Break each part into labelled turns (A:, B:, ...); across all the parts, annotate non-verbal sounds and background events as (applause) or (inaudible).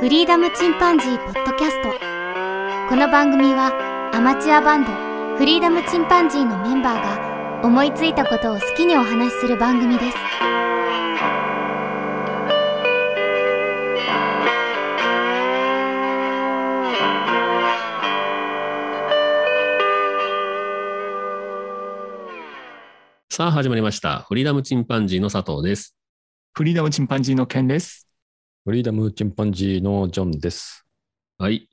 A: フリーダムチンパンジーポッドキャストこの番組はアマチュアバンドフリーダムチンパンジーのメンバーが思いついたことを好きにお話しする番組です
B: さあ始まりました。フリーダムチンパンジーの佐藤です。
C: フリーダムチンパンジーの件です。
D: フリーダムチンパンジーのジョンです。
B: はい。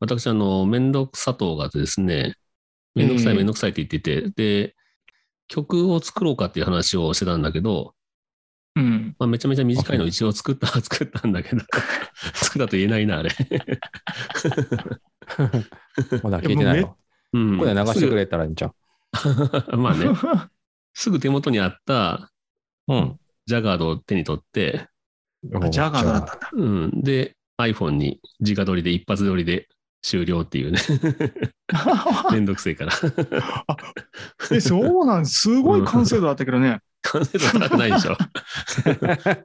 B: 私、あの、めんどく佐藤がですね、めんどくさい
C: ええ
B: めんどくさいって言ってて、で、曲を作ろうかっていう話をしてたんだけど、
C: うん。
B: まあ、めちゃめちゃ短いの一応作った、 (laughs) 作ったんだけど、作ったと言えないな、あれ。
D: まだ聞いてない
C: いやも
D: の。こ
B: うん。
D: こで流してくれたらいいんじゃん。
B: すぐ。ま (laughs) あね、すぐ手元にあった
D: うん。
B: ジャガードを手に取って、
C: あジャガードだったんだ。
B: うん。で、iPhone に直撮りで一発撮りで終了っていう
D: (laughs)
B: ね、めんどくせえから。
C: (laughs) え、そうなんすごい完成度だったけどね。
B: 完成度高くないでし
C: (laughs)
B: ょ。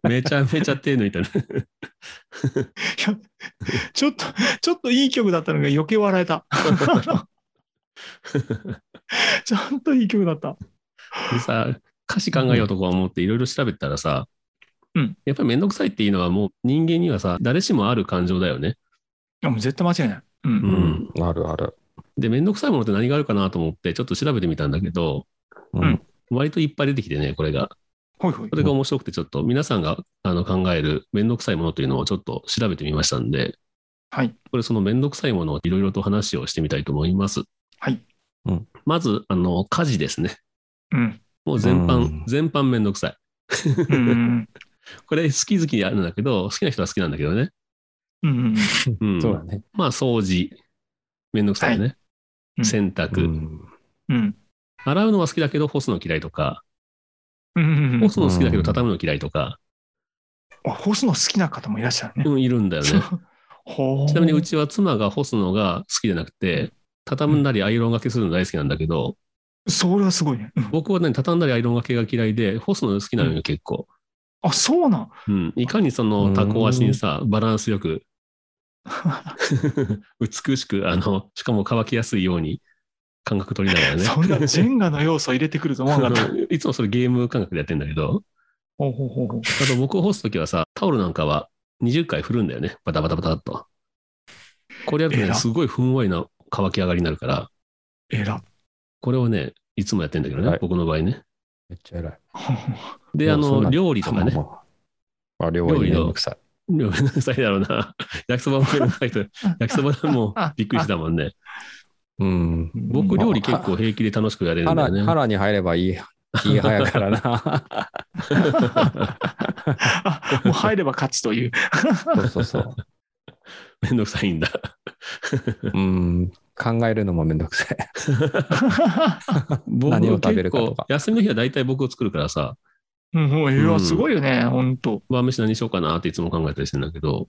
B: めちゃめちゃ手抜いたね。
C: いやちょっと、ちょっといい曲だったのが余計笑
B: (laughs)
C: えた。ちゃんといい曲だった。
B: でさ、歌詞考えようとか思っていろいろ調べたらさ、
C: うん
B: やっぱりめんどくさいっていうのはもう人間にはさ、誰しもある感情だよね。
C: あもう絶対間違いない。
B: う
C: う
B: ん
C: ん。
D: うん。あるある。
B: で、めんどくさいものって何があるかなと思ってちょっと調べてみたんだけど、
D: うんん。
B: 割といっぱい出てきてね、これが。
C: ほいほい
B: こ。れが面白くて、ちょっと皆さんがあの考えるめんどくさいものというのをちょっと調べてみましたんで、
C: はい。
B: これそのめんどくさいものをいろいろと話をしてみたいと思います。
C: はい。
D: うん
B: まず、あの、家事ですね。
C: うん。
B: もう全
D: う
B: 般
D: ん、
B: 全般めんどくさい。
C: うんうん。
B: これ好き好きあるんだけど、好きな人は好きなんだけどね。
C: うんうん。
B: うん、
D: そうだね。
B: まあ掃除、めんどくさいよね。
C: うん
B: 洗濯、
D: うん
C: うん。
B: 洗うのは好きだけど干すの嫌いとか、
C: うんうんう
B: 干
C: ん
B: すの好きだけど畳むの嫌いとか、
C: あ干すの好きな方もいらっしゃるね。
B: うん、いるんだよね。
C: ほう。
B: ちなみにうちは妻が干すのが好きじゃなくて、畳んだりアイロンがけするの大好きなんだけど、
C: それはすごいね。うん
B: 僕はね、畳んだりアイロンがけが嫌いで、干すの好きなのよ、結構。
C: あ、そうなん。
B: うん。いかにそのタコ足にさ、バランスよく、美しく、あの、しかも乾きやすいように感覚取りながら
D: (laughs)
B: ね。
C: そんなジェンガの要素入れてくると思わなかった。
B: いつもそれゲーム感覚でやってんだけど、
C: ほうほうほうほう
B: あと僕を干すときはさ、タオルなんかは20回振るんだよね。バタバタバタっと。これやると
C: え
B: ね、
C: ら
B: すごいふんわりな乾き上がりになるから、
C: えら。
B: これをね、いつもやってんだけどね、
D: はい
B: 僕の場合ね。
D: めっちゃ偉い。
B: で、あ
D: もうそ
B: の、
D: んな
B: 料理とかね、
D: まあまああ、料理
B: 料理の
D: めんどくさい。
B: 料理なさいだろうな。 (laughs) 焼きそばもめんどくさ
D: (laughs)
B: いと、焼きそばでもびっくりしたもんね。
D: うん。
B: (laughs) 僕、料理結構平気で楽しくやれるんだよ
D: 腹
B: ね。
D: 腹に入ればいい。いい早からな。
C: あもう入れば勝ちという。
D: そうそうそう。
B: めんどくさいんだ。
D: うん。考えるのもめんどくさい。
B: 僕
D: 何を食
B: 結
D: べるかと
B: 構
D: か、
B: 休みの日は大体僕を作るからさ、
C: うんもう
B: (laughs)
C: え
B: う
C: ら
B: ん
C: すごいよね、本当。
B: 晩飯何しようかなっていつも考えたりしてんだけど、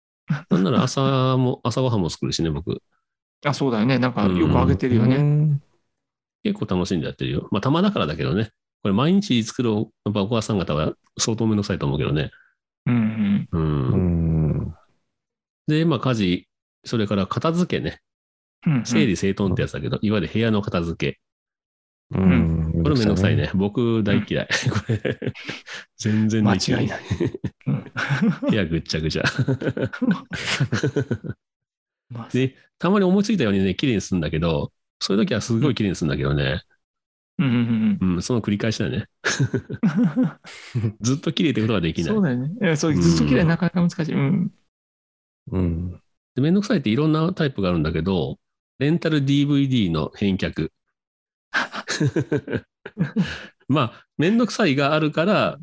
D: (laughs)
B: なんなら朝も、朝ごはんも作るしね、僕。
C: あ、そうだよね。なんかよくあげてるよ
D: う
C: ね。
D: ん
B: 結構楽しんでやってるよ。まあ、たまだからだけどね。これ、毎日作るおやっぱお母さん方は相当めんどくさいと思うけどね。
C: うん
B: う。
D: うんん。
B: で、まあ、家事、それから片付けね。
C: うん。うん
B: 整理整頓ってやつだけど、いわゆる部屋の片付け。
D: うん。
B: これめんどくさいね。僕、大嫌い。
D: (laughs)
B: これ、全然
C: 間
B: でき
C: 違いない。うん
B: 部屋ぐっちゃぐちゃ。
C: まあ
B: で、たまに思いついたようにね、綺麗にするんだけど、そういう時はすごい綺麗にするんだけどね。
C: うんうん
B: うん、その繰り返しだね。
C: う
B: ずっと綺麗ってことができ
C: ん
B: ない
C: そう。だよね。えそうずっと嫌いなかなか難しい。うん。
D: うん。
B: で、めんどくさいっていろんなタイプがあるんだけど、レンタル DVD の返
C: (laughs)
B: 却。まあ、めんどくさいがあるから、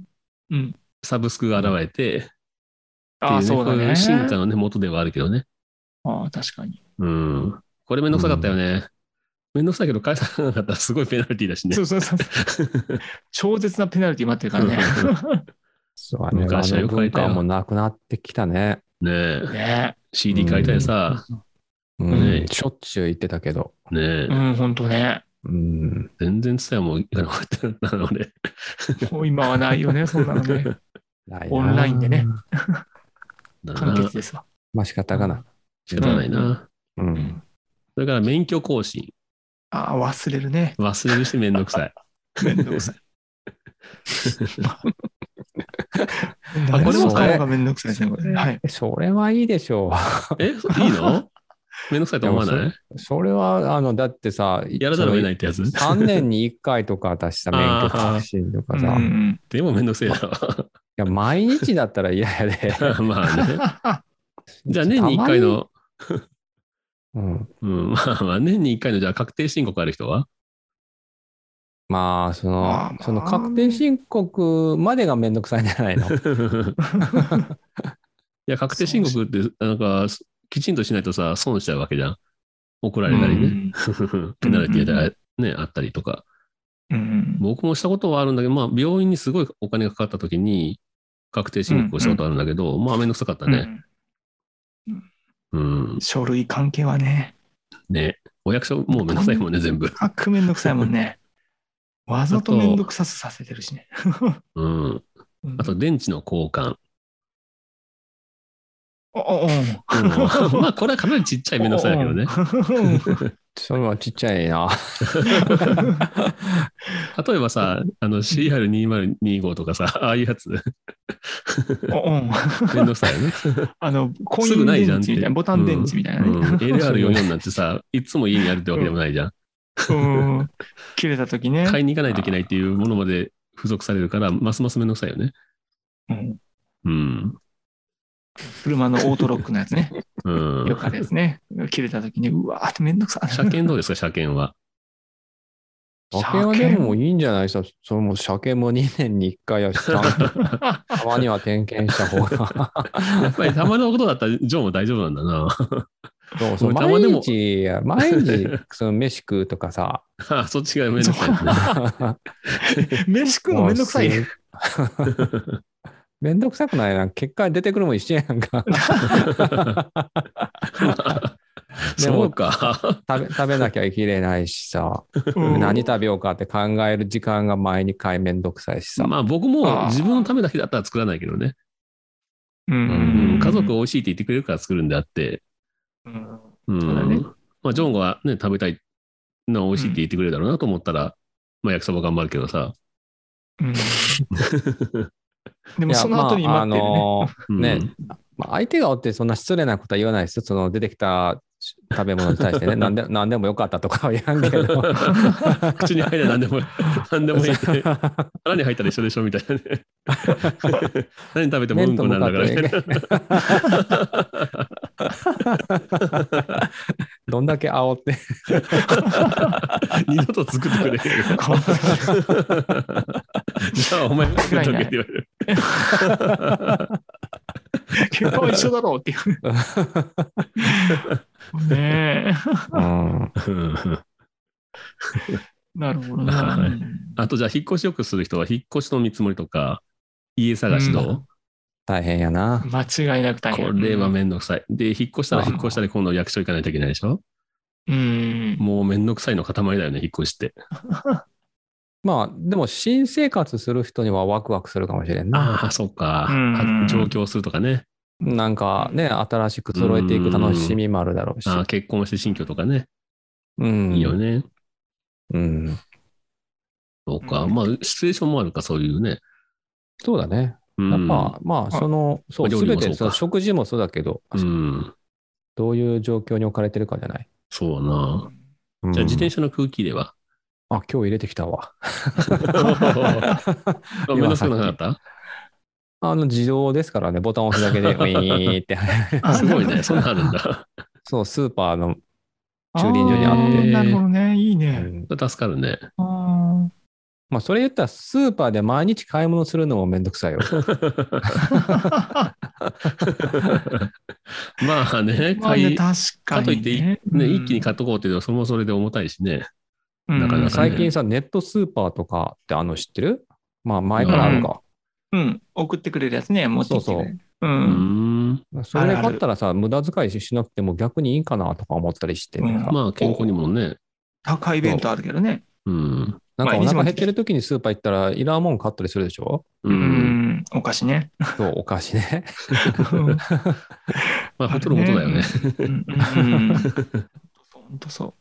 C: うん
B: サブスクが現れて、って
C: あ
B: い
C: あ、
B: ね
C: そうだ
B: こい
C: ね。
B: 進化のね、元ではあるけどね。
C: ああ、確かに。
B: うん。これめんどくさかったよね。めんどくさいけど返さなかったらすごいペナルティだしね
C: そ。うそうそう。超絶なペナルティ待ってるからね。
B: (laughs)
D: そうだね。
B: 昔は
D: あ
B: よ
D: の
B: く書い
D: 文
B: たよ
D: 化もなくなってきたね。
B: ねえ。
C: ね
B: CD 買いたいさ。
D: う
B: ね
D: ん。しょっちゅう言ってたけど。
B: ねえ。
C: うん、本当ね。
D: うん。
B: 全然伝えもいかなかったな、俺。 (laughs)
C: もう今はないよね、そんなのね。
D: ないな
C: オンラインでね。
B: だ
C: 完
B: な
C: 結。ですわ。
D: まあ仕方がない。
B: 仕方ないな。
C: う
D: うん。
B: それから免許更新。
C: ああ、忘れるね。
B: 忘れるしめんどくさい。
C: めんどくさい。
B: あこれ
C: これ
B: も
C: も
B: さ
C: 顔がめんどくさいですね、これ。はい。
D: それはいいでしょ
B: え、そいいのめんどくさいと思わ
D: い
B: ない
D: やう。それは、あの、だってさ、
B: やらざるを得ないってやつ
D: 3年に1回とか私さ、免許更新と
C: う
D: か
C: んう
D: さ、い
C: ん
B: でもめんどくせえな。
D: や、毎日だったら嫌やで。
B: まあね。 (laughs) じゃあ年に1回の、
D: うん、
B: うん、まあまあ年に1回の、じゃあ確定申告ある人は
D: まあ、その、
C: まあまあ
D: その確定申告までがめんどくさいんじゃない (laughs) の
B: いや、確定申告って、なんか、きちんとしないとさ、損しちゃうわけじゃん。怒られたり
C: う
B: ね。
C: ん
B: (laughs) ペナルティーだね、あったりとか。
C: うん
B: 僕もしたことはあるんだけど、まあ、病院にすごいお金がかかった時に、確定申告をしたことあるんだけど、まあ、めんどくさかった
C: う
B: ね。
C: ん
B: うん。
C: 書類関係はね、
B: ね。お役所、もうめんどくさいもんね、全部。
C: あくめんどくさいもん
B: (laughs)
C: ね。わざとめんどくさすさせてるしね。
B: うん。
C: うん
B: あと、電池の交 (laughs) 換。
C: おおお
B: うんまあ、これはかなりちっちゃいめんどくさいだけどね。 (laughs)
D: そのちっちゃいな。
B: 例えばさ、あの CR2025 とかさ、ああいうやつ、
C: おおお
B: めんどくさいよ (laughs) ね。
C: あの、コイ
B: すぐ
C: ン
B: ないじゃ
C: 電
B: んって
C: 池みたいな、ボタン電池みたいな
B: うん
C: ね。
B: LR44 なんてさ、いつも家にあるってわけでもないじゃん。
C: うん切れた時ね。
B: 買いに行かないといけないっていうものまで付属されるから、ますますめんどくさいよね。
C: うん
B: うん。
C: 車のオートロックのやつね。
B: うん
C: よくあるやつね。切れた時に、うわーってめんどくさ。
B: (laughs) 車検どうですか、車検 (laughs) は。
D: 車検はでもいいんじゃないですか。その車検も2年に1回やし、ちゃんとたまには点検した方が。
B: (laughs) やっぱりたまのことだったら、ジョンは大丈夫なんだな。 (laughs)
D: そうそう
B: 俺たま
D: 毎
B: でも
D: 日、毎
C: (laughs)
D: 日、その飯食うとかさ。
B: あそっちがめんどくさいですね。
C: (laughs) 飯食うのめんどくさい。
D: もうすぐ (laughs) めんどくさくないな。結果出てくるもん一緒や
C: (laughs)
D: んか。でも
B: (laughs) そうか。
D: 食べ食べなきゃいけないしさ、
C: うん
D: 何食べようかって考える時間が毎に回めんどくさいしさ。
B: まあ僕も自分のためだけだったら作らないけどね。
C: うん
B: うん家族美味しいって言ってくれるから作るんであって。
C: うん
B: うん
C: そうだね
B: まあジョンがね、食べたいの美味しいって言ってくれるだろうなと思ったら、まあ焼きそば頑張るけどさ。
C: うんでもその後に
D: まあ、あ
C: 待ってるね。
D: の
B: うん
D: ねまあ相手がおってそんな失礼なことは言わないですよ。その出てきた食べ物に対して
C: (laughs)
D: ね、何で何でもよかったとかは言わんけど。 (laughs)
B: 口に入れば何でも、何でもいいね。
D: そう
B: 腹に入ったら一緒でしょみたいなね。何食べてもうんこなんだからみたいな。
D: (laughs) どんだけ煽って。
B: (laughs) 二度と作ってくれへんよ (laughs) じゃあお前が作っとけって言われる。
C: 結果は一緒だろうっていう。ねえ。
D: うん
B: うん
C: なるほど
B: は。
C: ない
B: あとじゃあ引っ越しよくする人は引っ越しの見積もりとか家探しの、
D: 大変やな。
C: 間違いなく大変。
B: これはめんどくさい。で、引っ越したら
C: あー
B: 引っ越したら今度役所行かないといけないでしょ
C: うん。
B: もうめんどくさいの塊だよね、引っ越しって。
D: まあ、でも新生活する人にはワクワクするかもしれんな。
B: ああ、そうか。
C: うん
B: あ上京するとかね。
D: なんかね、新しく揃えていく楽しみもあるだろうし。
B: あー結婚して新居とかね。
D: うん。
B: いいよね。
D: うん。
B: そうか。
C: うん
B: まあ、シチュエーションもあるか、そういうね。
D: そうだね。
B: うん
D: やっぱ、まあ、その、そう、
B: 料
D: す
B: 理も
D: べ
B: そうか
D: て、その食事もそうだけど、
B: うん。
D: どういう状況に置かれてるかじゃない。
B: そうやな。じゃあ
D: うん
B: 自転車の空気で (laughs) は。
D: あ、今日入れてき
B: (laughs)
D: たわ。
B: あめんどくさくなかった
D: あの、自動ですからね、ボタン押すだ
B: (laughs)
D: けで、ウィーンって。
C: あ
B: すごいね。そんなんあるんだ。
D: そう、スーパーの、駐輪場にあって
C: ーなるほどね。いいうね。
D: ん
B: 助かるね。
C: あ
D: まあ、それ言ったら、スーパーで毎日買い物するのもめんどくさいよ。
C: あ。
B: まあね、
C: まあね、
B: 買い、
C: 確か
B: かとい
C: に
B: ってい、ね、一気に買っとこうっていうのは、それもそれで重たいしね。
C: うん
B: なかなかね
D: 最近さ、ネットスーパーとかってあの知ってるまあ前からあるか。
C: うん。送ってくれるやつね。持ってきてくれる。う。
B: うんん。
D: それで買ったらさ、無駄遣いしなくても逆にいいかなとか思ったりしてね、
C: うん
D: さ
B: まあ、健康にもね。
C: 高いイベントあるけどね。
B: うん。
D: なんか
C: 毎
D: お
C: 日
D: 腹減ってる時にスーパー行ったらいらんもん買ったりするでしょ
B: う。
C: うんん。お菓子ね。
D: そう、お菓子
B: (laughs)
D: ね。
C: うん
B: まあ、本当のことだよね。
C: うんうんうん本当そう。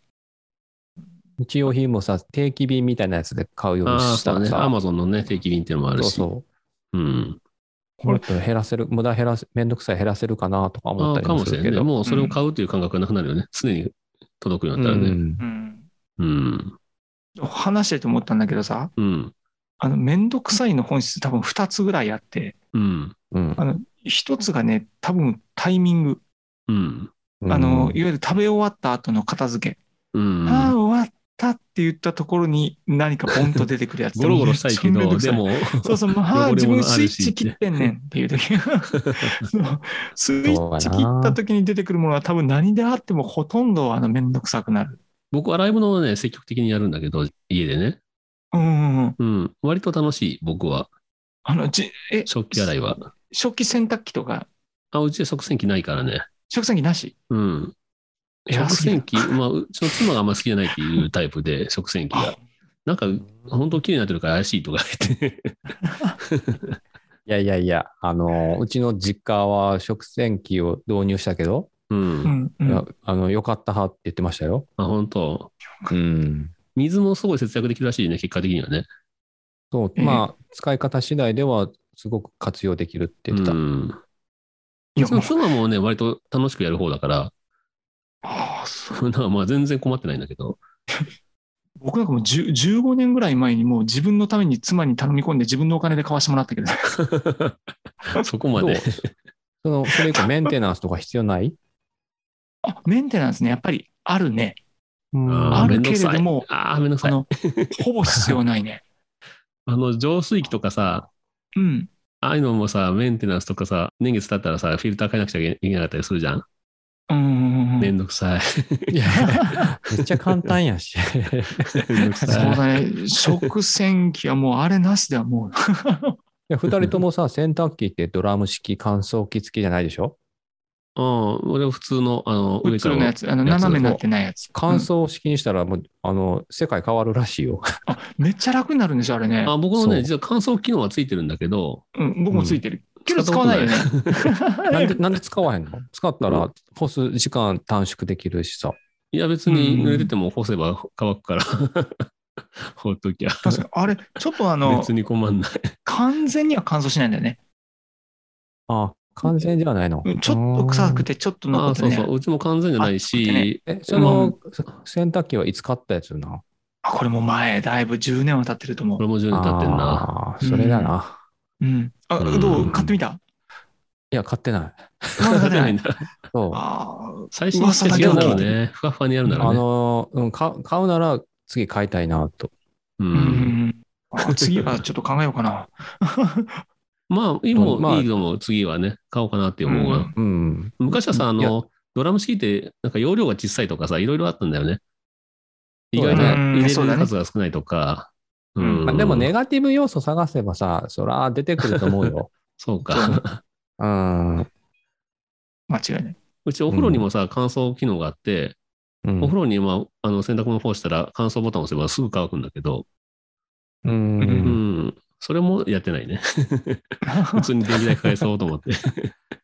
D: 日用品もさ、定期便みたいなやつで買うように
B: ああ、
D: した
B: そう
D: ら
B: ね。
D: さ、
B: アマゾンのね、定期便っていうのもある
D: そう
B: し。
D: そう。
B: うん。
C: これ
D: もっと減らせる、無駄減らせ、めんどくさい減らせるかなとか思
B: あ
D: った
B: あ、
D: り
B: か
D: も
B: も
D: す
B: しれな
D: るけ
B: いね。
D: ど。
B: もうそれを買うっていう感覚がなくなるよね。常に届くように
D: う
B: なったらね。
D: ん
C: うん
B: うん。
C: 話してて思ったんだけどさ、
B: うん。
C: あの、めんどくさいの本質多分2つぐらいあって、
B: うん。
D: うん
C: あの、1つがね、多分タイミング。
B: うん。
C: あの、
D: うん
C: いわゆる食べ終わった後の片付け。
B: うん。
C: ああ、終わったって言ったところに何かボンと出てくるやつ。
B: ゴロゴロしたいけ
C: めんど
B: ど、
C: くさ
B: でも、
C: そうそう、もう、はあ、
B: 汚れ
C: 自
B: 物
C: 分
B: あ
C: スイ
B: る
C: ッ
B: し
C: チ切ってんねんっていう時
B: (laughs)
C: そうスイッチ
D: そう
C: 切
D: やな
C: った時に出てくるものは多分何であってもほとんどあの面倒くさくなる。
B: 僕は洗い物をね、積極的にやるんだけど、家でね。
C: うんうんうん。
B: うん。割と楽しい、僕は。
C: あの、じ、え、
B: 食器洗いは。
C: 食器洗濯機とか、
B: あ、うちは食洗機ないからね。
C: 食洗機なし
B: うん。
C: 偉
B: 食
C: すぎ
B: 洗
C: る
B: 機、まあ、うちの妻があんま好きじゃないっていうタイプで、食洗機が。なんか、本当綺麗になってるから怪しいとか言って。
D: いやいやいや、あの、うちの実家は食洗機を導入したけど、
B: う。
C: うんんう
D: い
C: ん。
D: やあの、良かった派って言ってましたよ。
B: あ、本当
D: うん。
B: 水もすごい節約できるらしいね、結果的にはね。
D: そう、
C: ええ
D: まあ、使い方次第では、すごく活用できるって言ってた
B: う。ん。
C: いうや
B: ちの
C: もう
B: 妻もね、割と楽しくやる方だから、
C: ああそう
B: なんかまあ全然困ってないんだけ
C: (laughs)
B: ど。
C: 僕なんかもう10 15年ぐらい前にもう自分のために妻に頼み込んで自分のお金で買わしてもらったけど、 (laughs)
B: そこまで。
D: どうその、それ以
C: (laughs)
D: 降、メンテナンスとか必要ない
C: あ、メンテナンスね、やっぱりあるね。
D: うん
B: あー
C: あ
B: め
C: る
B: んど
C: け
B: く
C: れ
B: さい
C: ども、
B: ああ、めんどくさ
C: あ
B: い。
C: の、ほぼ必要ないね。
B: あの、浄水器とかさ、
C: うん。
B: ああいうのもさ、メンテナンスとかさ、年月経ったらさ、フィルター変えなくちゃいけなかったりするじゃん。
C: うんうんうんう
B: め
C: ん。
B: んどくさい。
D: いや (laughs) めっちゃ簡単やし。 (laughs)
B: めんどく
C: そう
B: さい。
C: だね。食洗機はもうあれなしではもう
D: いや、二人ともさ、洗濯機ってドラム式乾燥機付きじゃないでしょ
B: うん、俺は普通の、あの、
C: 普通の
B: (laughs)
C: やつ、あの、
B: やつ
C: 斜めになってないやつ。
D: 乾
C: うん
D: 燥式にしたら、もう、あの、世界変わるらしいよ。
C: あ、めっちゃ楽になるんでしょ、あれね。
B: あ、僕の
D: そう
B: ね、実は乾燥機能はついてるんだけど、
C: うん、僕もついてる。けど
B: 使
C: 使
B: ったこ
C: わ
B: とな
C: な
B: い
C: いよね。
D: なんで、なんで使わへんの使ったら、干す時間短縮できるしさ。
B: いや別に
C: うん
B: 濡れてても干せば乾くから、 (laughs) ほっときゃ。
C: 確かにあれ、ちょっとあの
B: 別、に困んない。
C: 完全には乾燥しないんだよね。
D: あ、完全ではないの
C: うんちょっと臭くて、ちょっと残
B: あ
C: っ
B: あ、
C: て
B: そう
C: ね。
B: そう。うちも完全じゃない
C: あそうだ
B: し、
D: え、その洗濯機はいつ買ったやつな
C: あ、これも前、だいぶ10年は経ってると思
B: こ
C: う。
B: れも10年経ってんな。
D: あーそれだな。
C: うん。あ、
B: うん
C: どう買ってみた
D: いや、買ってない。
C: まだ買ってな
B: (laughs)
C: い。
B: だ。
D: そう。
C: ああ、
B: 最新しか違うんだろう
C: 噂だけ
B: ね。ふわふわにやるなら
D: あ
B: ね。
D: のー、うん買う買うなら次買いたいなと。
B: う。
C: うんうんん。あ次はちょっと考えよう
B: (laughs)
C: かな。
B: まあ、
D: うんま
B: 今
D: あ
B: いいのも次はね、買おうかなって思う
C: う
B: が
C: ん。
D: うん。
B: 昔はさ、あ
D: いや
B: の、ドラム式って、なんか容量が小さいとかさ、いろいろあったんだよね。意
D: そう
B: 外と
D: だね
B: 入れる
C: そうだね
B: 数が少ないとか。
C: うん
B: うん
D: まあでも、ネガティブ要素探せばさ、そら出てくると思
C: (laughs)
D: うよ。
B: そう
C: そう
B: か。
D: うん。うん
C: 間違いない。
B: (laughs) うちお風呂にもさ、乾燥機能があって、お風呂に、まあ、あの洗濯物干したら乾燥ボタンを押せばすぐ乾くんだけど、
D: う。
B: うんん、それもやってないね。普通に電気代かえそうと思って。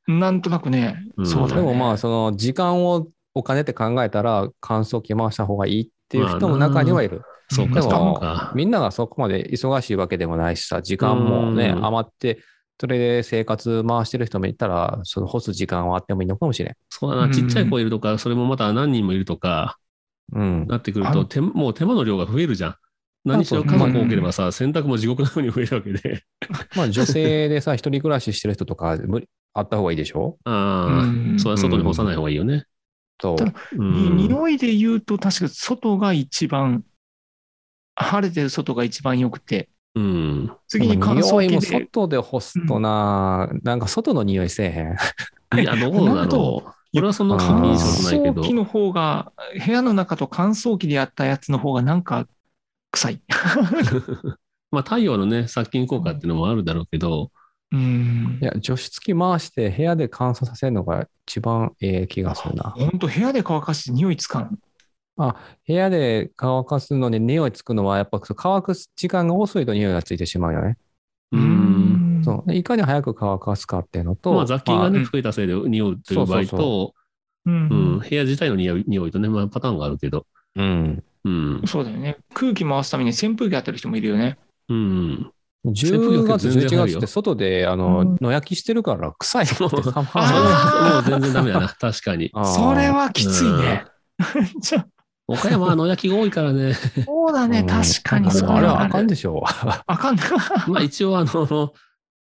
C: なんとなくね
B: う、ん
C: そうだ
D: で
C: ね
D: もまあ、その時間をお金って考えたら乾燥機回した方がいいっていう人も中にはいる。
B: そう
D: で
B: か、そ
D: も
B: うか。
D: みんながそこまで忙しいわけでもないしさ、時間もね、
B: うん
D: 余って、それで生活回してる人もいたら、その干す時間はあってもいいのかもしれん。
B: そうだ
C: うん
B: な、ちっちゃい子いるとか、それもまた何人もいるとか、
D: うん。
B: なってくる
C: あ
B: と
C: の
B: 手、もう手間の量が増えるじゃん。何しろ家族多ければさ、洗濯も地獄のように増えるわけで。
D: まあ女性でさ、一 (laughs) 人暮らししてる人とか、無理あった方がいいでしょ
B: ああ、
C: うん
B: それは外に干さない方がいいよね。
D: そう。
C: ただ
B: う
C: に
B: ん。
C: 匂いで言うと、確か外が一番、晴れてる外が一番良くて、
B: うん。
C: 次に乾
D: 匂
C: 燥
D: いも
C: 機で、
D: 外で干すとな、なんか外の匂いせえへん。
B: いや、
C: (laughs)
B: どうだ
C: なんと
B: ろう。俺はそんな感
C: 乾
B: じしないけ
C: 燥
B: ど。
C: 機の方が、部屋の中と乾燥機でやったやつの方がなんか臭い。
B: まあ、太陽のね、殺菌効果っていうのもあるだろうけど、
C: うん
D: い。や、除湿機回して部屋で乾燥させるのが一番ええ気がするな。
C: ほんと部屋で乾かして匂いつかん。
D: 部屋で乾かすのに匂いつくのは、やっぱ乾く時間が遅いと匂いがついてしまうよね。
B: うん。
C: うん
D: そうでいかに早く乾かすかっていうのと、
B: まあ雑菌が
C: う
B: ね、
C: ん
B: 増えたせいで匂うという場合
D: そうそう
B: と、
C: う
B: うん、
C: ん
B: 部屋自体の匂い匂いとね、まあ、パターンがあるけど、
D: まあうん、
B: うん、
C: そうだよね。空気回すために扇風機当てる人もいるよね。
B: うん、
D: 10月、
B: 扇風機全然入
D: 11
B: る
D: 月
B: よ
D: って外であの、
C: うん
D: 野焼きしてるから臭いって
B: そう
D: たま
B: あ
C: ー
B: そう
D: ら
B: もう
D: ない
B: 全然ダメだな、 (laughs) 確かに。
D: あー
C: それはきついね。 (laughs) じゃあ
B: 岡山は野焼きが多いからね、 (laughs)
C: そうだ
D: う
C: ね。
D: ん
C: 確かに
D: あ
C: そう
D: あれはあか
C: ね。
D: んでしょ
C: あかん (laughs) ね。
B: まあ一応あの、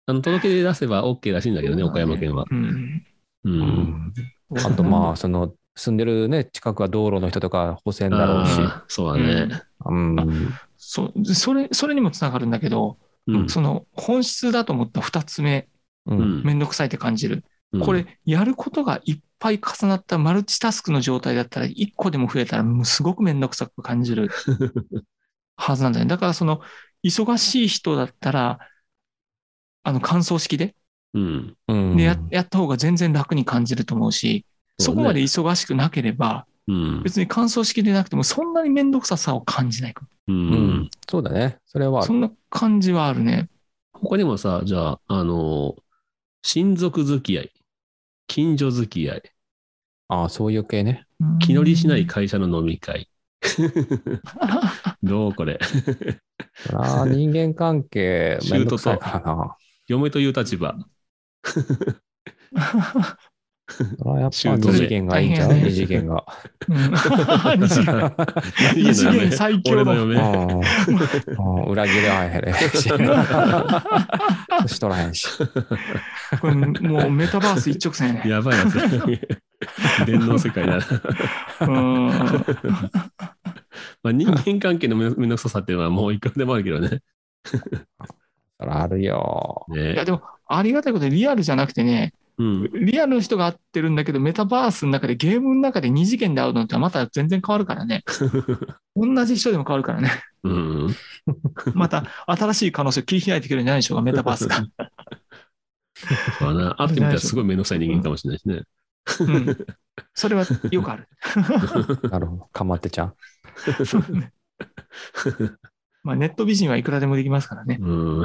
B: あの届け出出せば OK らしいんだけどね、岡山県は。
C: うん。
B: う
D: う。
B: ん。
D: あとまあ、その、住んでるね、近くは道路の人とか補選だろう
B: あ
D: し。
B: ーそうだね。
D: うん。
C: そう、それ、それにもつながるんだけど、
B: うん
C: その本質だと思った二つ目、
D: う。
B: うんん
C: めんどくさいって感じる。
B: うん
C: これ、やることがいっぱい重なったマルチタスクの状態だったら、一個でも増えたら、もうすごくめんどくさく感じるはずなんだよね。だから、その、忙しい人だったら、あの、乾燥式で、
B: うん。
D: うん
C: でや、やった方が全然楽に感じると思うし、そこまで
B: い
C: 忙しくなければ、
B: うん。
C: 別に乾燥式でなくても、そんなにめんどくささを感じないか
B: う
D: うんん。。そうだね。それはあ
C: そ
D: る。
C: んな感じはあるね。
B: 他にもさ、じゃあ、あの、親族付き合い、近所付き合い、
D: ああ、そういう系ね。
B: 気乗りしない会社の飲み会。どうこれ。 (laughs)
D: そら人間関係、めんどくさいからな。
B: 嫁という立場。
D: そらやっ
B: シ
D: ぱ
B: ュート
D: 二
B: で
D: 次元がいいんちゃう
C: 大変やね
D: 二次元が。
C: うん二次元二次元最強
B: 俺の
C: の。
D: う
B: 嫁。
D: んうん裏切らへんし。しとらへんし。
C: これもうメタバース一直線やね。
B: やばいや
C: (laughs)
B: つ。電脳世界だな。
C: うん
B: まあ人間関係のめめんどくささっていうのはもういくらでもあるけどね。
D: そらあるよ。
C: い
B: ね
C: やでも、ありがたいことにリアルじゃなくてね、
B: うん。
C: リアルの人が会ってるんだけど、メタバースの中でゲームの中で二次元で会うのってまた全然変わるからね。同じ人でも変わるからね。
B: うん。
C: また新しい可能性を切り開いてくれるんじゃないでしょうか、メタバースが。
B: そうだな。会ってみたらすごいめんどくさい人間かもしれないしね。
C: うんそれはよ
B: (laughs)
C: くある。
D: なるほど。かまってちゃん。
C: そうねまあ、ネット美人はいくらでもできますからね。
B: うん。
C: う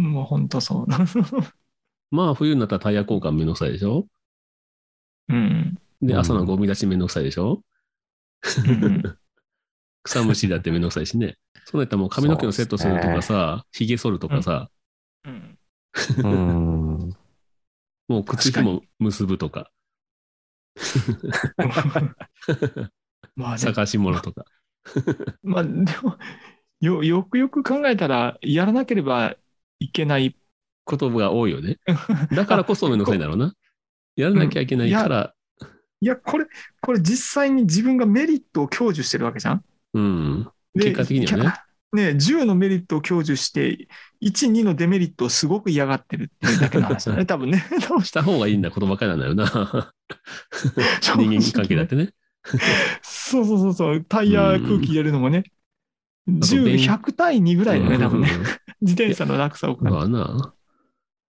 C: ん、もう本当そう。 (laughs)
B: まあ冬になったらタイヤ交換めんどくさいでしょ
C: うん。
B: で、
D: うん
B: 朝のゴミ出しめんどくさいでしょ
C: うん
B: 草むしりだってめんどくさいしね。そうなったらもう髪の毛のセットするとかさ、髭剃るとかさ、
C: うん
D: うん。
B: もう靴紐結ぶとか、
C: まあね、
B: 探し物とか。
C: まあでもよ、よくよく考えたら、やらなければいけない。
B: 言葉が多いよ (laughs) ね。だからこそめんどくさいんだろうな。やらなきゃいけないから、
C: いや、これ、これ実際に自分がメリットを享受してるわけじゃん。
B: うん。
C: で
B: 結果的にはね
C: きゃね、10のメリットを享受して、1、2のデメリットをすごく嫌がってるっていうだけの話
B: (laughs)
C: だね、多分ね。多分
B: した方がいいんだことばっかりなんだよ (laughs) な。
C: 正
B: 人
C: 直ね
B: 間関係だってね。
C: そうそうそうそう、タイヤ空気入れるのもね、10、
B: 便
C: 100対2ぐらいだね、多分ね。自転車の落差を
B: うん
C: 感
B: ま
C: じ
B: あな。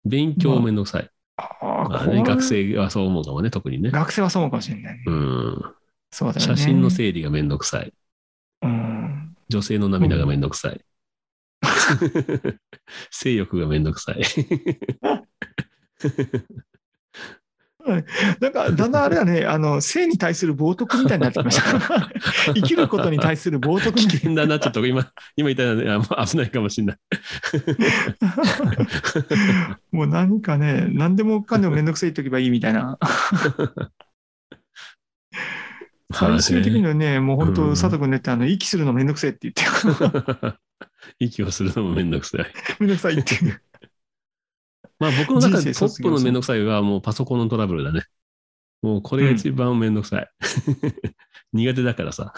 B: 勉強めんどくさい。
C: あ
B: ま
C: ー
B: あ
C: こ
B: ね、
C: れ
B: 学生はそう思うかもね、特にね。
C: 学生はそうかもしれないね。
B: うん。
C: そうだよね。
B: 写真の整理がめんどくさい。
C: うん。
B: 女性の涙がめんどくさい。 (laughs) 性欲がめんどくさい。
C: なんか、だんだんあれだ
B: (laughs)
C: ね、あの、性に対する冒涜みたいになってきました。
B: (laughs)
C: 生きることに対する冒涜
B: 危 (laughs)
C: みたい
B: 険だな、ちょっと
C: (laughs)
B: 今、今言ったらねあもう危ないかもしれない。
C: な。もう何かね、何でもかんでもめんどくさいとけばいいみたいな。最終的にはね、もう本当、
B: うん
C: 佐藤君ねって、あの、息するのめんどくせえって言って
B: (laughs)
C: るから、
B: 息をするのもめんどくさい。
C: めんどくさいっていう。
B: まあ僕の中
C: 人
B: で
C: 生
B: ト
C: 卒
B: ップ
C: 業
B: の
C: する
B: めんどくさいはもうパソコンのトラブルだね。もうこれが一番めんどくさい。 (laughs) 苦手だからさ。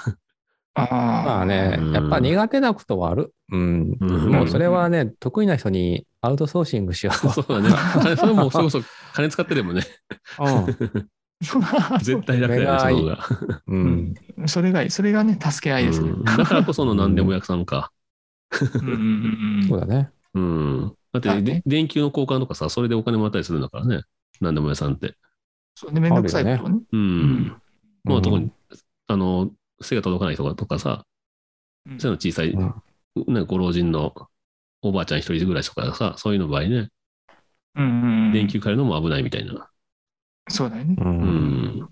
D: ま
C: あ
D: あね
B: うん、
D: やっぱ苦手なことはある。うん。
B: うん
D: もうそれはね、得意な人にアウトソーシングしよ
B: そうだね。金それもそれこそ金使ってでも
C: (laughs)
B: ね、
D: (laughs) う。
C: あ。
B: 絶対楽だよね、その方が。
D: うん。うん。
C: それがいい、それがね、助け合いですね。
B: うんだからこその何でも屋さんか。
C: うんうんうん
D: そうだね。
B: うん。だって
C: ま
B: で
C: あね
B: 電球の交換とかさ、それでお金もらったりするんだからね。何でも屋さんって。
C: そうね、めんどくさいことね。
B: うん。
C: ん
B: まあ特に、あの、背が届かない人とかさ、背の小さい、
D: うん
B: ね、ご老人のおばあちゃん一人暮らしとかさ、そういうの場合ね、
C: うんうんうん。
B: 電球変えるのも危ないみたいな。
C: そうだよね。
D: う。
B: うんん。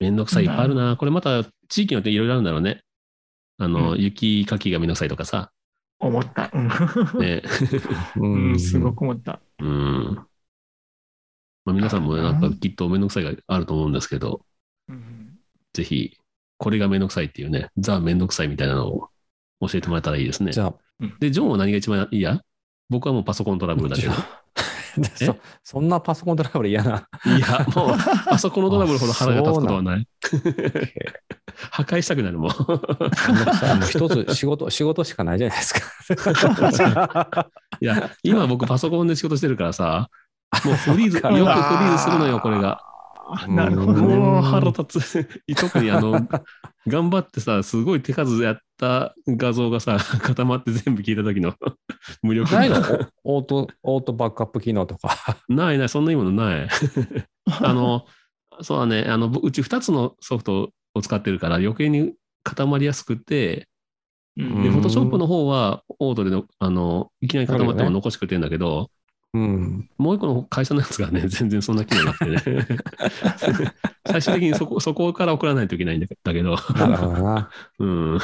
B: めんどくさいいっぱいあるな。これまた地域によっていろいろあるんだろうね。あの、
C: う
B: 雪かきがめんどくさいとかさ。
C: 思った。
B: ね。 (laughs)
C: うん。うん、すご
D: く。
C: く思った。
B: うん。まあ、皆さんもなんかきっとめんどくさいがあると思うんですけど、
C: うん
B: ぜひ、これがめんどくさいっていうね、ザめんどくさいみたいなのを教えてもらえたらいいですね
D: じ。ゃあ、
B: で、ジョンは何が一番いいや僕はもうパソコントラブルだけど。え
D: (laughs) そそんなパソコントラブル嫌な。
B: いや、もう、パソコンのトラブルほど腹が立つことはない。破壊したくなる
D: (laughs)
B: もん。
D: めんどくさいもう一つ仕事、仕事しかないじゃないですか。
B: いや、今僕パソコンで仕事してるからさ、もうフリーズ、よく
D: わ
B: フ
D: か
B: リ
D: る
B: ーズするのよ、これが。
D: (laughs)
C: あなるほど。
B: もう腹立つ。 (laughs) 特にあの、頑張ってさ、すごい手数やった画像がさ、固まって全部聞いた時の (laughs) 無力
D: ない
B: 感
D: のオート、オートバックアップ機能とか。
B: ないない、そんないいもの
D: (laughs)
B: ない。あの、そうだね、あの、うち2つのソフトを使ってるから余計に固まりやすくて、
C: う
B: で、
D: うん
B: フォトショップの方は、オートでの、あの、いきなり固まっても残してくれてるんだけど、
D: うん。
B: もう一個の会社のやつがね、全然そんな機能なくて
D: (laughs)
B: ね。最終的にそこ、そこから送らないといけないんだけど、
D: なるほどな。
B: うん、
C: うん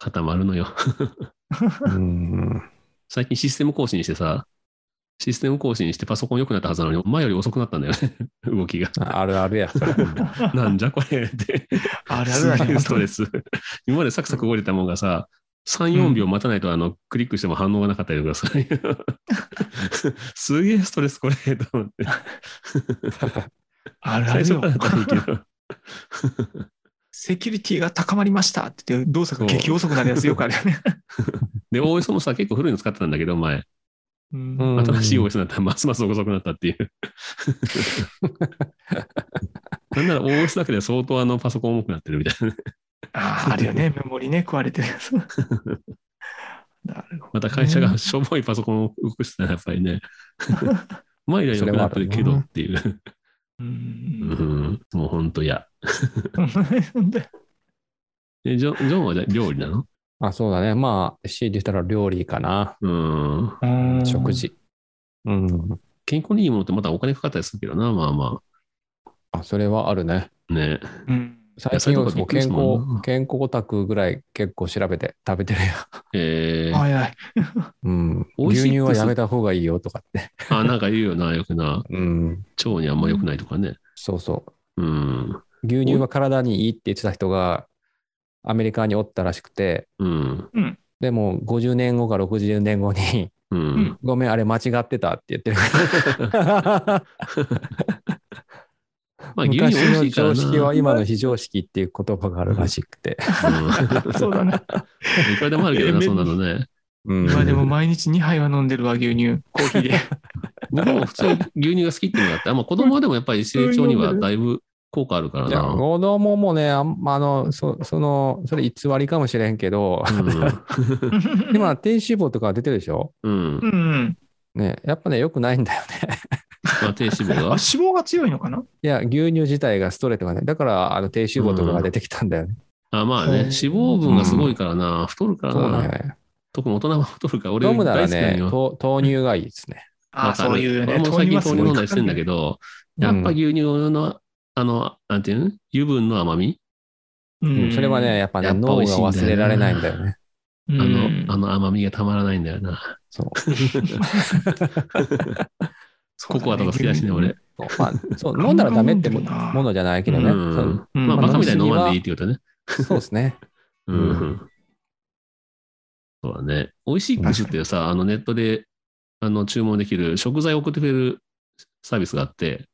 B: 固まるのよ。
D: うん。
B: 最近システム更新してさ、システム更新してパソコン良くなったはずなのに、前より遅くなったんだよね、動きが。
D: あるあるや。それ
B: なんじゃこれって。
C: (laughs) あれあれ
B: す
C: だ
B: げえ
C: ね。
B: ストレス。今までサクサク動いてたもんがさ、3、4秒待たないと、あの、クリックしても反応がなかったりとか
C: (laughs)
B: さ、すげえストレスこれ、と思って。
C: あ
B: 最
C: るある
B: 初
C: よ
B: から。だったらいいけど。
C: セキュリティが高まりましたって言って、動作が激遅くなるやつよくあるよね。
B: で、OS もさ、結構古いの使ってたんだけど、前。
C: (laughs) うん
D: うん
B: 新しい OS になったら、ますます遅くなったって
C: (laughs)
B: いう。なんなら OS だけで相当あのパソコン重くなってるみたいな。
C: あーあるよね。メモリね、食われてるやつ。なるほど
B: また会社がしょぼいパソコンを動かしてたら、やっぱり
C: (laughs)
B: ね。前よりは良くなってるけどっていう。
C: う
B: うんん、もう本当嫌。え、ジョンジョンはじゃあ料理なの
D: あ、そうだね。まあ、C で言ったら料理かな。
B: うん。
C: うん
D: 食。事。うん。
B: 健康にいいものってまたお金かかったりするけどな、まあま
D: あ、それはあるね。
B: あ。ね
C: うん
D: 最近は
B: そういうとこびっくり
D: 健
B: する
D: 康
B: もんな、
D: 健康オタクぐらい結構調べて食べて (laughs) るよ。
B: えー
C: はいはい。
D: うん。
B: 美味しい
D: 牛乳は
B: です
D: やめた方がいいよとかって。
B: あ、なんか言うよな、よくな。
D: うん。
B: 腸にあんま良くないとかね。
D: そうそ
B: うん。
D: う。牛乳は体にいいって言ってた人がアメリカにおったらしくて、
B: うん。
D: でも50年後か60年後に、
B: うん。
C: ん
D: ごめん、あれ間違ってたって言ってる。
B: まあ、 (laughs) 牛乳美味
D: 昔の
B: しいからな。
D: 常識は今の非常識っていう言葉があるらしくて。
B: うん
C: そうだね。
B: いくらでもあるけど
D: (laughs)
B: な、そん (laughs) なのね。
D: うん
C: 今でも毎日2杯は飲んでるわ、牛乳。コーヒーで。
B: 僕も普通牛乳が好きっていうのがあって、あまあ、子供はでもやっぱり成長にはだいぶ効果あるから
D: いや
B: な。
D: 子供もね、あんまあの、そその、それ偽りかもしれん
C: (laughs)
D: けど、今、低脂肪とか出てるでしょ
B: うん。う。
C: うんん。
D: ね、やっぱね、良くないんだよね。 (laughs)
B: まあ、低脂肪
C: あ、
B: が
C: 脂。肪が強いのかない
D: や、牛乳自体がストレートがね、だから、あの、低脂肪とかが出てきたんだよね。
B: あまあね、
C: へー
B: 脂肪分がすごいからな。太るから
D: そうだ
B: な。
D: よね。
B: 特に大人は太るから、俺大
D: 飲
B: 好
D: む
B: き
D: な
B: な
D: ら
B: の
D: ね、
B: よ。
D: と豆乳がいいですね。
C: あー、そういうよね。
B: もう最近豆
C: はす
B: 乳
C: ごい
B: 飲んだりしてんだけど、やっぱ牛乳の、あの、なんていうの油分の甘み、
D: うんそれはね、、やっぱね、脳が忘れられないんだよね。
C: あ
B: あの、あの甘みがたまらないんだよな。
D: そう。
B: ココアとか好きだしね、俺。
D: まあ、そう、飲んだらダメっても
C: 飲んでるな
D: ものじゃないけ
B: う
D: どね。そ
B: ん
D: う。
B: まあ、バカみたいに飲まん
D: ん
B: でいいってことね。
D: そうですね。
B: う
D: うん
B: ん。そうだね。美味しいックスっていうさ、あのネットであの注文できる食材を送ってくれるサービスがあって、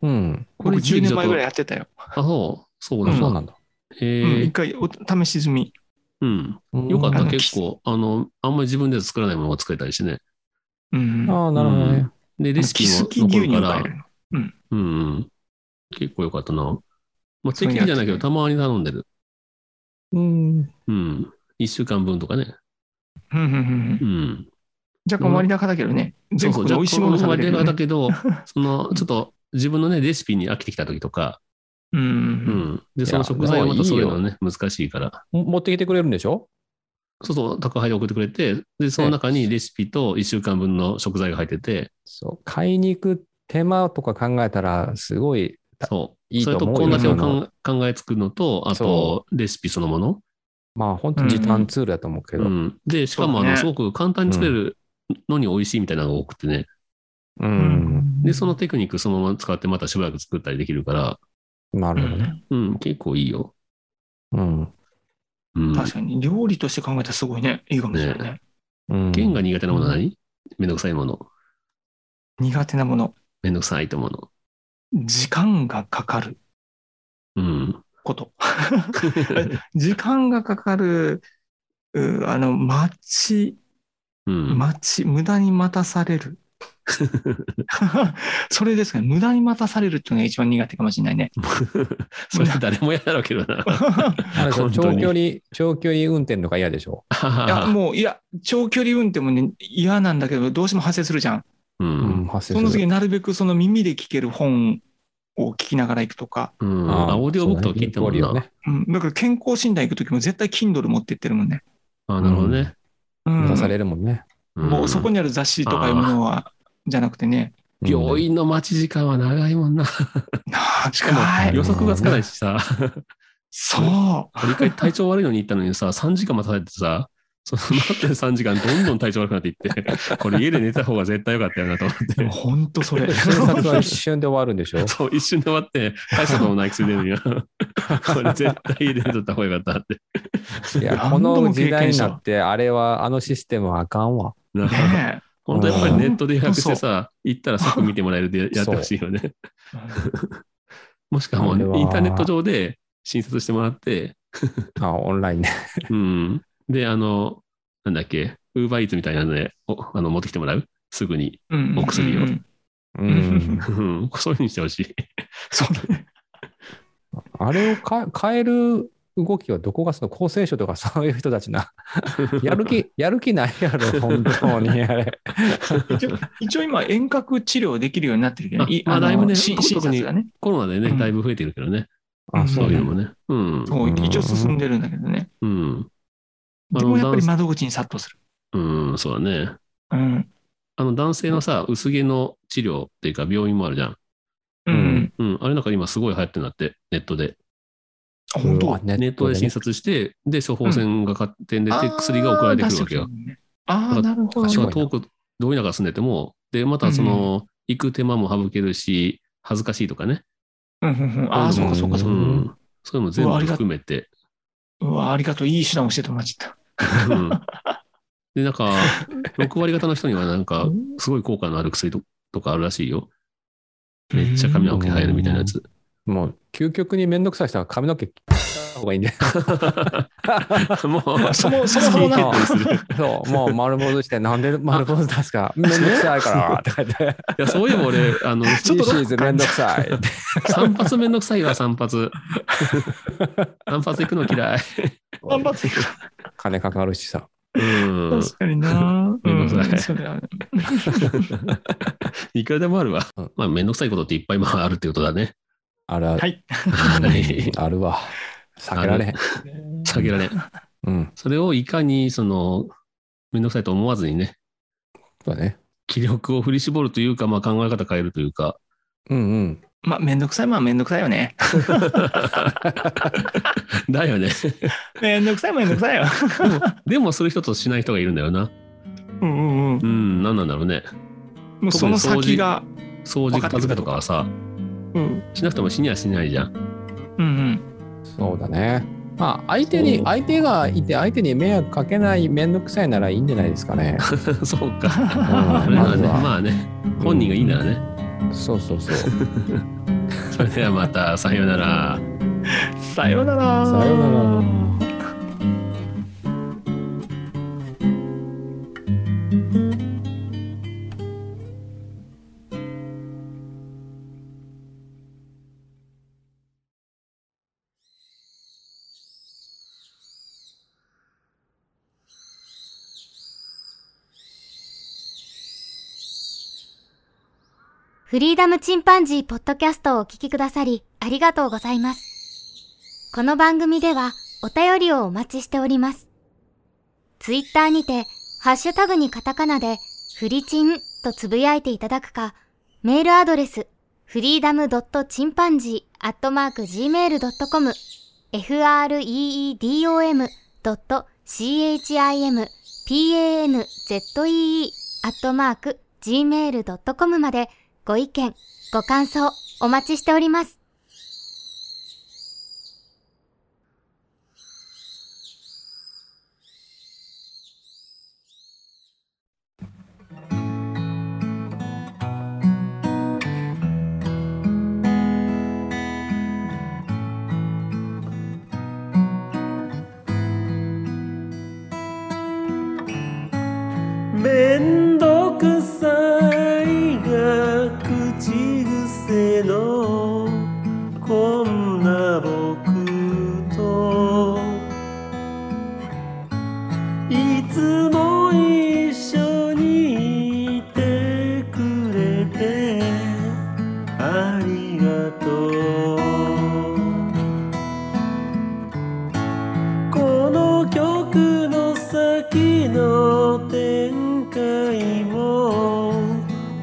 D: うん。
C: これ
B: 一時
C: 10
B: 期
C: 年
B: ちょっ
C: 前
B: と
C: ぐらいやってたよ。
B: あ、そう、そう
D: あ
B: だ
D: そうな
B: な。
D: んだ。
B: へ
C: うん
B: え
C: 一、回お試し済み。
B: うん。
D: うん
B: よかっ
C: あ
B: た、
C: の
B: 結構。あの、あんまり自分で作らないものが作れたりしてね。
C: うん。
D: ああ、なるほど
B: う
D: ね
B: ん。で、レシピも
C: キスキ
B: 残
C: 牛
B: る
C: 乳
B: か
C: が
B: ら
C: 入、るの
B: うんうん。結構良かったな。まあ、
C: そ
B: 定
C: う
B: 期
C: いうやつね
B: 的じゃないけど、たまに頼んでる。
D: うん。
B: うん。1週間分とかね。
C: うんうんうんうん
B: うん。
C: 若干割高だけどね。全国で美味しいもの
B: じゃ
C: 食
B: あ
C: べれるよ
B: だ
C: ね。
B: けど、
C: (laughs)
B: その、ちょっと自分のね、レシピに飽きてきた時とか、
C: うん
B: うん。で、その食材はまたそういうのはね、難しいから。
D: も持ってきてくれるんでしょ
B: そうそう、宅配で送ってくれて、で、その中にレシピと1週間分の食材が入ってて、
D: そう、買いに行く手間とか考えたら、すごい、
B: そう。
D: いい
B: それ
D: と思
B: と
D: うよ
B: 献立を
D: そ
B: 考え考えつくのと、あと
D: そ、
B: レシピそのもの。
D: まあ本当時短ツールだと思うけ
B: う
D: ど。うん。
B: ん。で、しかも、あ
C: そうだ
B: の、
C: ね
B: すごく簡単に作れるのに美味しいみたいなのが多くてね。で、そのテクニックそのまま使ってまたしばらく作ったりできるから、
D: なるほどね。
C: う
B: うん、結構いいよ。
D: うん。
B: うん
C: ん。確かに、料理として考えたらすごいね、いいかもしれないね。
D: うん。
B: 剣が苦手なものは何めんどくさいもの。
C: 苦手なもの、
B: めんどくさいと思うの。
C: 時間がかかる (laughs)
B: うん。
C: こと。時間がかかる、うあの、待ち、
B: うん。
C: 待ち、無駄に待たされる。それですかね、無駄に待たされるっていうのが一番苦手かもしれないね。
B: それ誰もやだろうけどな。
D: あれでしょ
B: 本当
D: 長
B: に
D: 距離、長距離運転とか嫌でしょ。
C: (laughs) いや、もう、いや、長距離運転もね、嫌なんだけど、どうしても発生するじゃん。
B: (laughs) う。、
D: うん発
C: その時
D: る
C: になるべくその耳で聞ける本を聞きながら行くとか、
B: うん。あ、オーディオブックとか聞いてもらう
D: そう
B: な。
D: だね
C: うん、だから健康診断行く時も絶対 Kindle 持って行ってるもんね。
B: あ、なるほどね。
C: う
D: 聞
C: ん
D: かされるもんね。
B: ん
C: もうそこにある雑誌とかいうものは、じゃなくてね、
D: うん
B: 病院の待ち時間は長いもんな。しかも
C: 長
B: (laughs)
C: い
B: 予測がつかないしさ、
C: そう。
B: 俺一回体調悪いのに行ったのにさ、3時間待たされてさ、その待ってる3時間どんどん体調悪くなっていって、これ家で寝た方が絶対良かったよなと思
C: でも
B: っ
C: 本当そ
D: (laughs)
C: れ。
D: 診察は一瞬で終わるんで
B: (laughs)
D: しょ
B: て。そう、一瞬で終わって、大したこともない薬出るには、これ絶対家で寝とった方が良かったって。
D: いや、こ
C: 何度も
D: の
C: 経
D: 時代
C: 験
D: に
C: した
D: なって、あれは、あのシステムはあかんわ。
B: な
C: ね
B: 本当やっぱりネットで予約してさ、行ったら即見てもらえるでやってほしいよね。
C: え
B: もしくはも
D: あれ
B: う
D: は
B: インターネット上で診察してもらって、
D: あ、オンラインね。
B: うん。で、あの、なんだっけ、ウーバーイーツみたいなので、おあの持ってきてもらうすぐに。
C: うん
B: お薬を
C: うん
D: う
C: う
B: (laughs)
C: ん
D: ん。
B: うんそういうふうにしてほしい。
C: そうね。
D: あれをか変える動きはどこがその厚生省とかそういう人たちな。やる気、やる気ないやろ、本当に。あれ。
C: (laughs) 一応一応今、遠隔治療できるようになってるけど、い
B: あまあ
C: の
B: だいぶね
C: し
B: 特に
C: 診察がね。
B: コロナで
C: う
B: ね、
C: ん
B: だいぶ増えてるけどね、
D: あ、
B: そ
D: そうう
B: いう
D: ね
B: のもね。うん。
C: そう一応進んでるんだけどね。
B: うん。あ
C: でもやっぱ
B: の
C: り
B: 男
C: 窓口に殺到する。
B: うん、そうだね。
C: うん。
B: あの男性のさ、薄毛の治療っていうか、病院もあるじゃん。
C: う
D: うん
C: ん。
B: うん、あれなんか今すごい流行ってるんだって、ネットで。
C: あ本当
D: あネ
B: ネットで診察して、で、処方箋が勝手に出て、薬が送られてくるわけよ。
C: あー出してくるもんねあー、なるほど
D: 確か
B: そ
D: に
B: う遠く、どういう中住んでても、で、またその、行く手間も省けるし、恥ずかしいとかね。
C: うんうんうん。ああ、そうかそうか
B: う
C: そうか。
B: ん。そういうのも全
C: うわあ
B: 部
C: りが
B: 含めて。
C: うわ、ありがとう。いい手段をしてたまじった。
B: うんで、なんか、6割方の人にはなんか、すごい効果のある薬ととかあるらしいよ。めっちゃ髪の毛生えるみたいなやつ。
D: もう、究極にめんどくさい人は髪の毛切った方がいいんじゃ
B: もう、
C: そもそもそもな
B: (laughs) スキンヘッドにするい
D: ない (laughs) そう、もう丸坊主して、なんで丸坊主出すか。めんどくさいから。とか言って。
B: や、そういえば俺、あ (laughs) の、
D: シーズンめんどくさい。
B: 散髪めんどくさいわ、散髪。 (laughs) 散髪行くの嫌い。
C: (laughs) 頑張っていく。
D: 金かかるしさ。
B: うん。
C: 確かにな。
B: めんどくさい
C: うんそれはね
B: いくらでもあるわ
D: うん。
B: まあ、めんどくさいことっていっぱいまああるっていうことだね。
D: あるある。
C: はい。
B: はい。
D: あるわ。避けられへん。
B: 下げられん。
D: うん。
B: それをいかに、その、めんどくさいと思わずにね、
D: そうだね。
B: 気力を振り絞るというか、まあ、考え方変えるというか、 (laughs)
D: うんうん。
C: まあ、めんどくさい。まあ、めんどくさいよね。
B: だよね。
C: めんどくさい、めんどくさいよ。
B: でも、する人としない人がいるんだよな。
C: うんうんうん。
B: うん、なんなんだろうね。
C: もうその先が。
B: 掃除片付けとかはさ、
C: うん
B: しなくても死にはしないじゃん。
C: (laughs) うん
D: そうだね。まあ、相手に、相手がいて、相手に迷惑かけない、めんどくさいならいいんじゃないですかね。
B: (laughs) そうか。
D: うん、ま
B: それなら
D: ず
B: ね、
D: は。
B: まあね、 (laughs) 本人がいいならね。
D: そうそうそう。
B: それではまた、さようなら。
C: うん。さようなら。
D: さようなら。
A: フリーダムチンパンジーポッドキャストをお聞きくださり、ありがとうございます。この番組ではお便りをお待ちしております。ツイッターにて、ハッシュタグにカタカナで、フリチンとつぶやいていただくか、メールアドレス、フリーダムドットチンパンジーアットマーク Gmail.com、freedom ドット chimpanzee アットマーク Gmail.com まで、ご意見、ご感想、お待ちしております。
E: めんどくさいが口癖のこんな僕といつも一緒にいてくれてありがとうこの曲の先の展開も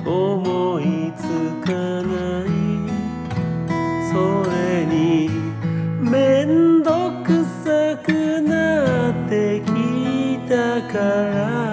E: 思いつかないそれに面倒くさくなってきたから